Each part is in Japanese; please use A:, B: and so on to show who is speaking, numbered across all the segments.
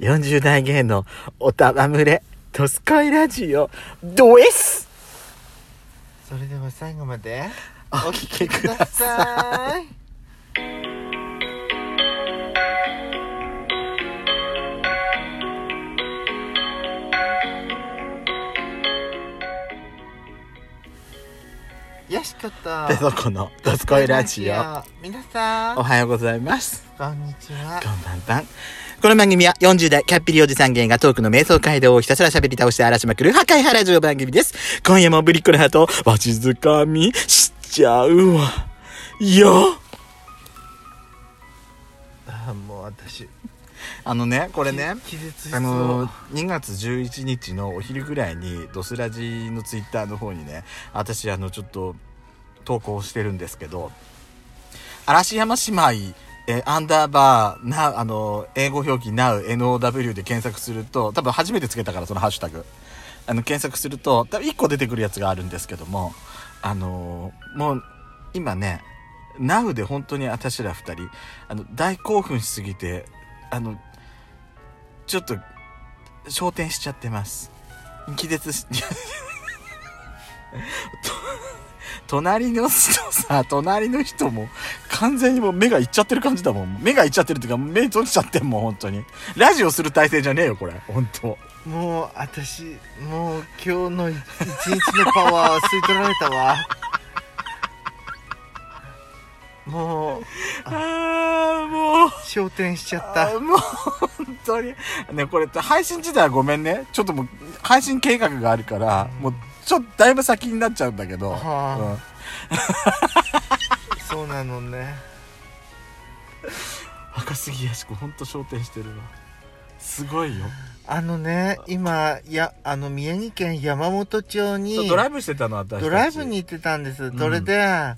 A: 40代芸のおたわむれ、ドスコイラジオ、ドエス
B: それでは最後まで
A: お
B: お
A: 聞きくださ
B: いよしこと
A: ペソコのドスコイラジオ。
B: 皆さん
A: おはようございます。
B: こんにちは
A: こんばんばん。この番組は40代キャッピリおじさん芸がトークの瞑想街道をひたすら喋り倒して荒らしまくる破壊ハラジオ番組です。今夜もブリッコのハートをわしづかみしちゃうわ。よ
B: あーもう私
A: あのね、こ
B: こ
A: れね。
B: 傷ついそう
A: あの2月11日のお昼ぐらいにドスラジのツイッターの方にね私あのちょっと投稿してるんですけど嵐山姉妹えーアンダーバーなあの英語表記 NowNOW で検索すると多分初めてつけたからそのハッシュタグあの検索すると多分1個出てくるやつがあるんですけどもあのーもう今ね Now で本当に私ら2人あの大興奮しすぎてあのちょっと焦点しちゃってます気絶し と隣の人さ隣の人も完全にもう目がいっちゃってる感じだもん目がいっちゃってるっていうか目閉じちゃってんもん本当にラジオする体勢じゃねえよこれ本当
B: もう私もう今日の一日のパワー吸い取られたわ もう
A: ああもう
B: 昇天しちゃった
A: あもう本当にねこれ配信自体はごめんねちょっともう配信計画があるからもうちょっとだいぶ先になっちゃうんだけど、
B: はあ
A: うん
B: そうなのね
A: 赤杉やし子ほんと焦点してるわすごいよ
B: あのね今いやあの宮城県山本町に
A: ドライブしてたの私たち
B: ドライブに行ってたんです、
A: ん
B: それで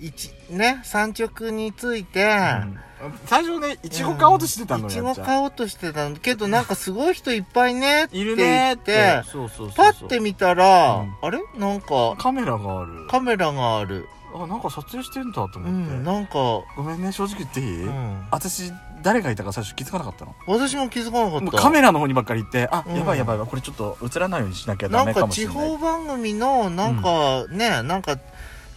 B: 一ね山直について、
A: うん最初ねいちご買おうとしてたのよ
B: い
A: や
B: ち
A: っちゃん
B: ご買おうとしてたのけどなんかすごい人いっぱいねって
A: い
B: 言
A: る
B: っ
A: ねー
B: て
A: ってそうそうそう
B: パ
A: そう
B: ッて見たら、
A: うん
B: あれなんか
A: カメラがある
B: カメラがある
A: あなんか撮影してんだと
B: う
A: 思って、
B: んなんか、
A: ごめんね正直言っていい、
B: うん、
A: 私誰がいたか最初気づかなかったの
B: 私も気づかなか
A: もう
B: った
A: カメラの方にばっかり行ってあ、
B: うん
A: やばいやばいやばいこれちょっと映らないようにしなきゃダ
B: な
A: メ
B: ん
A: か
B: か
A: もし
B: 地
A: れない
B: 方番組のなんか、ねなんか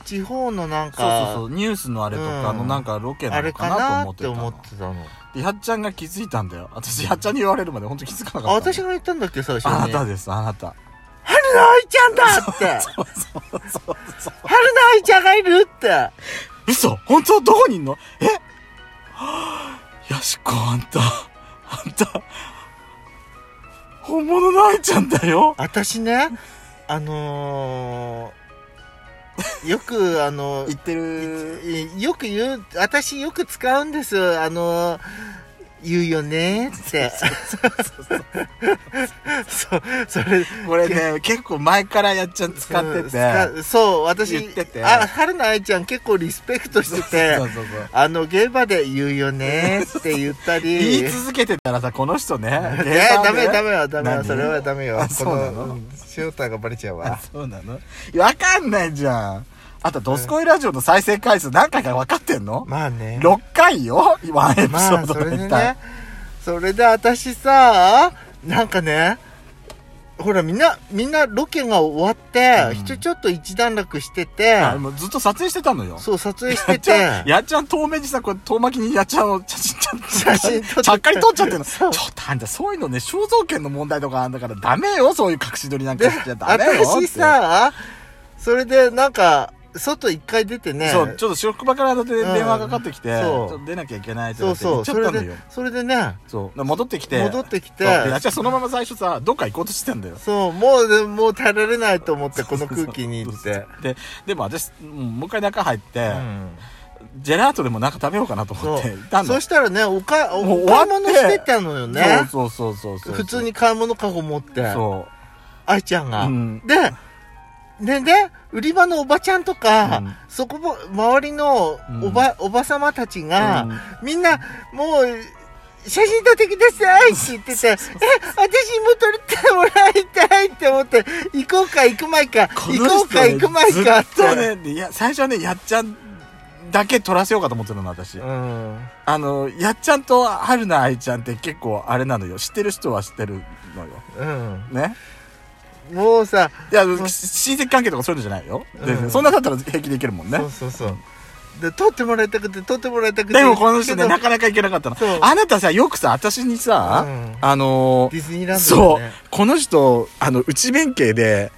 B: 地方のなん
A: そう
B: か
A: そうそうニュースのあれとかの
B: うん
A: なんかロケな
B: あれ
A: のか
B: か
A: な
B: な
A: と思
B: っ
A: って
B: て
A: たの
B: 思ってたの
A: でやっちゃんが気づいたんだよ私やっちゃんに言われるまで本当気づかなかった
B: あ
A: の
B: 私が言ったんだっけ最初に
A: あなた
B: で
A: ですあなた
B: 春菜愛ちゃんだって春
A: そうそうそうそう
B: 菜愛ちゃんがいるって
A: 嘘本当どこにいんのえ ヤシコあんた あんた本物の愛ちゃんだよ
B: 私ねあのー、よくあの
A: 言ってる
B: いよく言う私よく使うんですあの言うよね ってそうそれ
A: これね結構前からやっちゃん使ってて
B: 使そう私
A: 言ってて
B: あ春菜愛ちゃん結構リスペクトしてて
A: そうそうそう
B: あの現場で言うよ ねって言ったり
A: 言い続けてたらさこの人 ね
B: えー、ダメダメよダメよ
A: 何
B: それはダメよ
A: あそうなの
B: こん塩田がバレちゃう
A: あ
B: わ
A: そうなのわかんないじゃんあと「ドスコイラジオ」の再生回数何回か分かってんの
B: まあね
A: 6回よワンエピソ
B: ま
A: ー
B: あ
A: ド
B: それで
A: 大体
B: ねそれで私さなんかねほらみんなみんなロケが終わって、
A: うん
B: ひちょっと一段落してて
A: あもうずっと撮影してたのよ
B: そう撮影してて
A: やっちゃんやっちゃん遠目にさこれ遠巻きにやっちゃんを写真ちゃ
B: 写真撮って
A: ちゃっかり撮っちゃってるのちょ
B: そ
A: っ
B: う
A: とあんたそういうのね肖像権の問題とかあんだからダメよそういう隠し撮りなんかしちゃダメよ
B: 私さそれでなんか外一回出て
A: って
B: ね
A: そうちょっと職場からで
B: うん
A: 電話がかかってきて、
B: そう
A: ちょっと出なきゃいけないって
B: そ
A: 言
B: う
A: って
B: そ
A: 行
B: う
A: っちゃ
B: そ
A: っ
B: れ
A: たのよ
B: でそれでね
A: そう戻ってきて
B: 戻ってき
A: そ
B: て
A: うでやっちゃんそのまま最初さどっか行こうとしてたんだよ
B: そうもうでもう耐えられないと思ってこの空気に
A: そう
B: っ
A: そう
B: て
A: ででも私うんもう一回中入って、
B: うん
A: ジェラートでもなんか食べようかなと思
B: そ
A: っていた
B: う
A: だ
B: んそ
A: よ
B: したらねおか
A: もう
B: お
A: 終わって
B: 買い物してたのよね
A: そうそうそうそうそう
B: 普通に買い物かご持って
A: そう
B: 愛ちゃんが、
A: うん
B: ででね売り場のおばちゃんとか、
A: うん
B: そこも周りのおば、おばさまたちが、
A: うん
B: みんなもう写真撮ってくださいって言ってて、え、私も撮ってもらいたいって思って、行こうか行くまいか、
A: こ
B: 行
A: の
B: こう
A: 人
B: か
A: ね
B: 行くまいかっ
A: ずっと
B: て。
A: ねいや最初はねやっちゃんだけ撮らせようかと思ってたの私、
B: うん
A: あのやっちゃんと春菜愛ちゃんって結構あれなのよ知ってる人は知ってるのよ
B: うん
A: ね
B: もうさ
A: いや
B: ん
A: 親戚関係とかそういうのじゃないよ、
B: うん
A: 全然そんなだったら平気でいけるもんね
B: そうそうそうで撮ってもらいたくて撮ってもらいたくて
A: でもこの人
B: け
A: ね
B: ど
A: なかなかいけなかったの
B: そう
A: あなたさよくさ私にさ、
B: うん
A: あの
B: ディズニーランド
A: そ
B: だよね
A: うこの人あの内弁慶で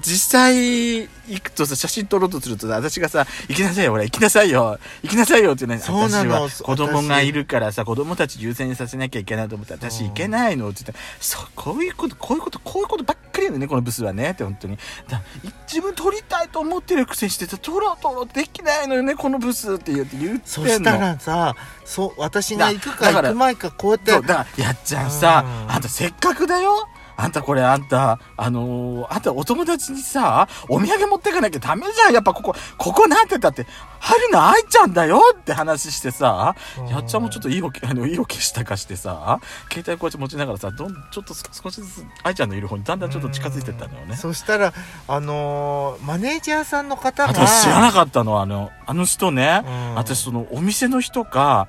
A: 実際行くとさ写真撮ろうとするとさ私がさ「行きなさいよ俺行きなさいよ行きなさいよ」ってね
B: そうなの
A: 私は子供がいるからさ子供たち優先させなきゃいけないと思って私
B: そう
A: 行けないのって言ってそうこういうことこういうことこういうことばっかりだよねこのブスはねって本当にだ自分撮りたいと思ってるくせにしてさ撮ろう撮ろうできないのよねこのブスって言って言ってんの
B: そしたらさそう私が行く
A: だだか
B: か行
A: ら
B: く前かこうやって
A: そうだからやっちゃんさ
B: うん
A: あんたせっかくだよあんたこれあんたあのーあんたお友達にさお土産持ってかなきゃダメじゃんやっぱここここなんてだって春菜愛ちゃんだよって話してさ
B: うん
A: やっちゃんもちょっといいおけ あのいいおけしたかしてさ携帯こうやって持ちながらさどんちょっと少しずつ愛ちゃんのいる方にだんだんちょっと近づいてったのよね
B: そしたらあのーマネージャーさんの方が
A: 私知らな
B: か
A: かったのあのあの人ね、
B: うん
A: 私そのお店の人か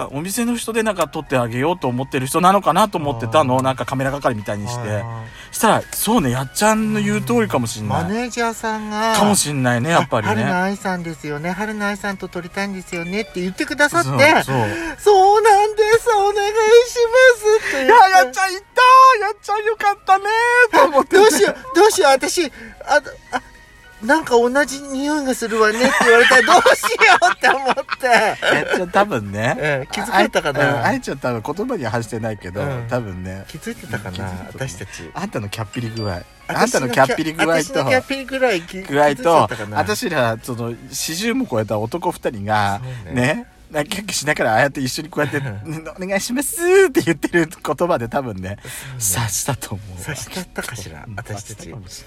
A: あお店の人でなんか撮ってあげようと思ってる人なのかなと思ってたの
B: うん
A: なんかカメラ係みたいにしてしたらそうねやっちゃんの言う通りかもしん
B: マ
A: ない
B: ネージャーさんが
A: かもしんないねやっぱり
B: あ春菜
A: ね
B: 愛さんですよね春菜愛さんと撮りたいんですよねって言ってくださ
A: そう
B: って
A: そう
B: そう
A: いややっち
B: なんですお願いしますって言って
A: ゃんいたやっちゃんよかったねと思って
B: どうしようどうしよう私ああなんか同じ匂いがするわねって言われたらどうしようって思って、
A: やっちゃん多分ね
B: ええ気づかれたか
A: あ
B: な
A: あいちゃん多分言葉には発してないけど
B: うん
A: 多分ね
B: 気づいてたかな
A: 気づいてた
B: 私たち
A: あんたのキャッピリ具合あんたのキャッピリ具合
B: 私
A: と
B: のキャッピリぐらい気
A: ぐらい
B: 気づい
A: と
B: てたかな
A: 私らその40も超えた男2人が
B: そうね
A: ねなキャッキャしながらああやって一緒にこうやって「ねお願いします」って言ってる言葉で多分ね察したと思う
B: 察したったかしら
A: うん
B: 私た
A: 察し
B: ち
A: たかもし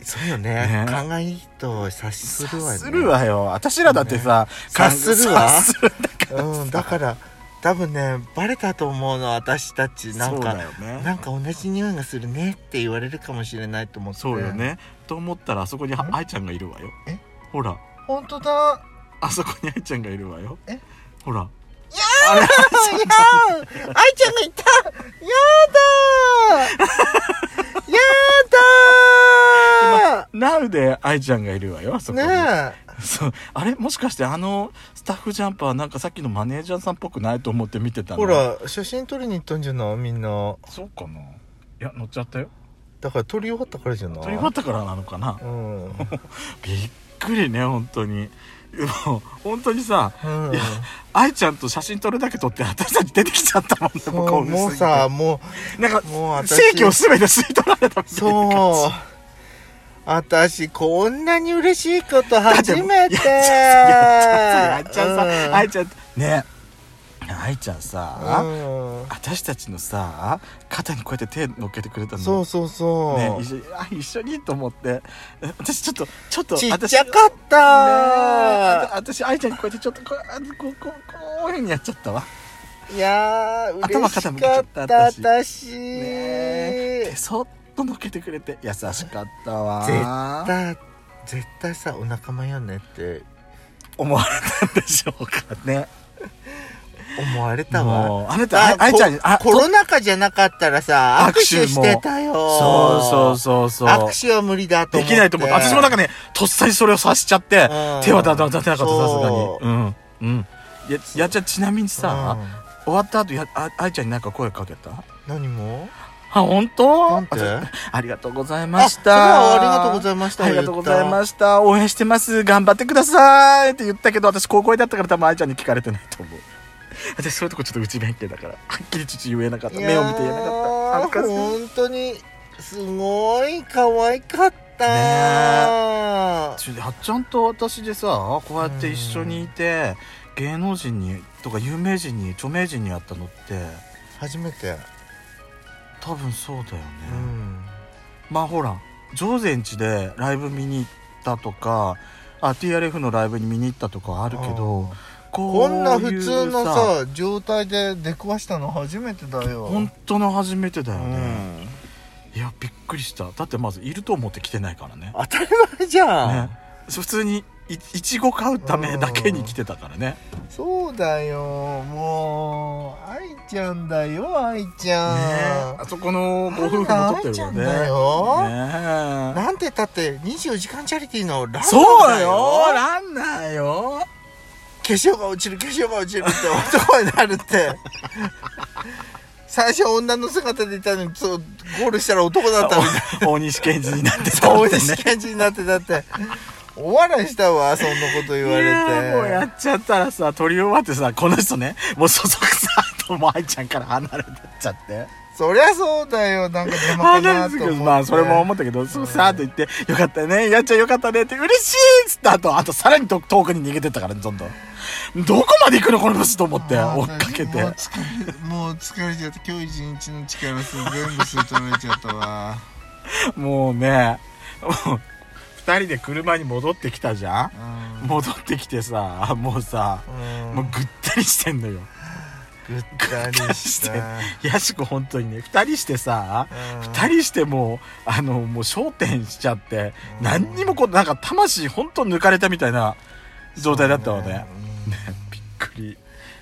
B: そうよね
A: ね
B: 勘がいい人察する
A: れない
B: わよ、ね、
A: するわよ私らだってさ
B: 察するわ
A: 察するんだから
B: うんだから多分ねバレたと思うの私たちな
A: そ
B: ん
A: う
B: か、
A: だよね
B: なんか同じ匂いがするねって言われるかもしれないと思って
A: そうよねと思ったらあそこにあ愛ちゃんがいるわよ
B: え
A: ほら
B: 本当 だ
A: あそこに愛ちゃんがいるわよ
B: え
A: ほら
B: いやー愛ちゃんがいたやだーやだ
A: ナウで愛ちゃんがいるわよあそ
B: ー
A: こに
B: ねえ
A: そうあれもしかしてあのスタッフジャンパーなんかさっきのマネージャーさんっぽくないと思って見てたの
B: ほら写真撮りに行ったんじゃないみんな
A: そうかないや乗っちゃったよ
B: だから撮り終わったからじゃない
A: 取り終わったからなのかな
B: うん、うん、
A: びっくりね本当にでも本当にさい や愛ちゃんと写真撮るだけ撮って私たち出てきちゃったもんね
B: も
A: こ
B: うもうさも
A: なんか
B: うもう私
A: 正規を全て吸い取られたみたいな感じ
B: そう私こんなに嬉しいこと
A: だって
B: 初めて
A: やっちゃんさ
B: うん
A: 愛ちゃんさ愛ちゃんね愛ちゃんさ、
B: うん
A: 私たちのさ肩にこうやって手乗っけてくれたの
B: そうそうそう、
A: ね、一緒にあ一緒にと思ってえ私ちょっとちょっと
B: ちっ
A: 私
B: ちゃかっ
A: ね
B: た、
A: あ私愛ちゃんにこうやってちょっとこうあこうこうこういうふうにやっちゃったわ、
B: いやー
A: 頭
B: 嬉
A: 傾
B: し
A: けちゃ
B: か
A: っ
B: ったた
A: 私
B: 私
A: ねえでそっとのっけてくれて優しかったわ
B: 絶対絶対さお仲間よねって
A: 思われたんでしょうかね
B: 思われたわ
A: もうあなたあ愛ちゃんにあ
B: ココロナ禍じゃなかったらさ
A: 握
B: 握
A: 手
B: 手
A: も
B: してたよ
A: そうそうそうそう
B: 握手は無理だ
A: で
B: と思って
A: きないと思って私もなんかねとっさにそれを察しちゃって、
B: うん
A: 手は出せなかったさすがに
B: そう
A: うんうんややっちゃんちなみにさ、
B: うん
A: 終わった後やあ愛ちゃんになんか声かけた
B: 何も
A: あ、本当
B: なんて
A: あありがとうございま
B: あ
A: し
B: それは
A: た。
B: ありがとうございました
A: ありがとうござい
B: す
A: ました。応援してます。頑張ってくださいって言ったけど、私高校だったから多分愛ちゃんに聞かれてないと思う。 私そういうとこちょっと内弁慶だから、はっきりちょっと言えなかった。目を見て言えなかった。恥ずかしい。
B: 本当にすごい可愛かった、
A: ちょやっちゃんと私でさ、こうやって一緒にいて、芸能人に、とか有名人に、著名人に会ったのって、
B: 初めて
A: 多分そうだよね。
B: うん
A: まあほら常禅寺でライブ見に行ったとかあ TRF のライブに見に行ったとかはあるけどこ
B: こんな普通のさ状態で出くわしたの初めてだよ
A: 本当の初めてだよ
B: う
A: ね、
B: ん
A: いやびっくりしただってまずいると思って来てないからね
B: 当たり前じゃん、
A: ねそう普通にいいちご買うためだけに来てたからね
B: そうだよもう愛ちゃんだよ愛ち
A: ね
B: ゃん、
A: あそこのご夫婦も撮ってるよね
B: あら愛ちゃんだよ
A: ね
B: なんて言ったって24時間チャリティーのランナー
A: そう
B: だ
A: よ
B: よ
A: ランナーよ
B: 化粧が落ちる化粧が落ちるって男になるって 最初女の姿でいたのにそうゴールしたら男だったみたい な
A: 大西健二になってた
B: そ
A: っ
B: う
A: て
B: で
A: ね
B: 試験になってだってお笑いしたわそんなこと言わ
A: いやーもうや
B: れて
A: っちゃったらさ撮り終わってさこの人ねもうそそくさっともう愛ちゃんから離れてっちゃって
B: そりゃそうだよなんか出間か
A: 離
B: な
A: れて
B: と思
A: く
B: っ
A: る
B: て
A: まあそれも思ったけどそうさーっと言って「よかったねやっちゃんよかったね」って「嬉しい!」っつった後あとさらにと遠くに逃げてったからねどんどんどこまで行くのこの人と思って追っかけて
B: もう疲れもう疲れちゃった今日一日の力す全部吸い取られちゃったわ
A: もうねもう2人で車に戻ってきたじゃん
B: う
A: 戻ってきてさもうさ
B: ん
A: もうぐったりしてんのよ
B: ぐったりした
A: ぐっやしこ本当にね2人してさ
B: うん
A: 二人してもうあのもう焦点しちゃって何にもこうなんか魂ほんと抜かれたみたいな状態だったわねね
B: うん
A: びっくり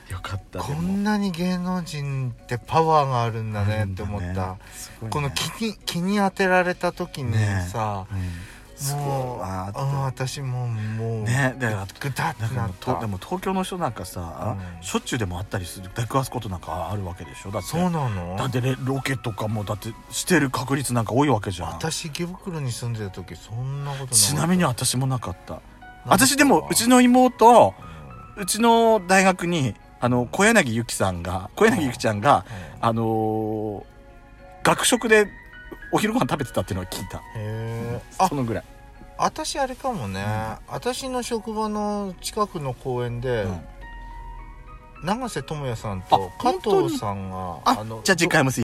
A: よかった
B: こんなに芸能人ってパワーがあるんだねって思った、こ
A: こ
B: の
A: の
B: 気に気に当てられた時に
A: ね
B: さ、
A: すごい
B: もう
A: わー
B: あ
A: って
B: あ私もうもう
A: ねだから
B: ぐたって
A: なんか
B: な
A: も
B: っ
A: うと
B: た
A: でも東京の人なんかさ、
B: うん
A: しょっちゅうでもあったりする出くわすことなんかあるわけでしょだって
B: そうなの
A: だってねロケとかもだってしてる確率なんか多いわけじゃん
B: 私池袋に住んでた時そんなことなかった
A: ちなみに私もなかった
B: なかった
A: 私でもうちの妹うちの大学にあの小柳ゆきさんが小柳ゆきちゃんが、
B: うん
A: あのー学食でお昼ご飯食べてたっていうのは聞いた
B: へえあ
A: そのぐらい
B: 私あれかもね、私の職場の近くの公園で、
A: うん
B: 永瀬智也さん
A: あ
B: と加
A: 本当に
B: 藤さんが
A: あじゃあ次回も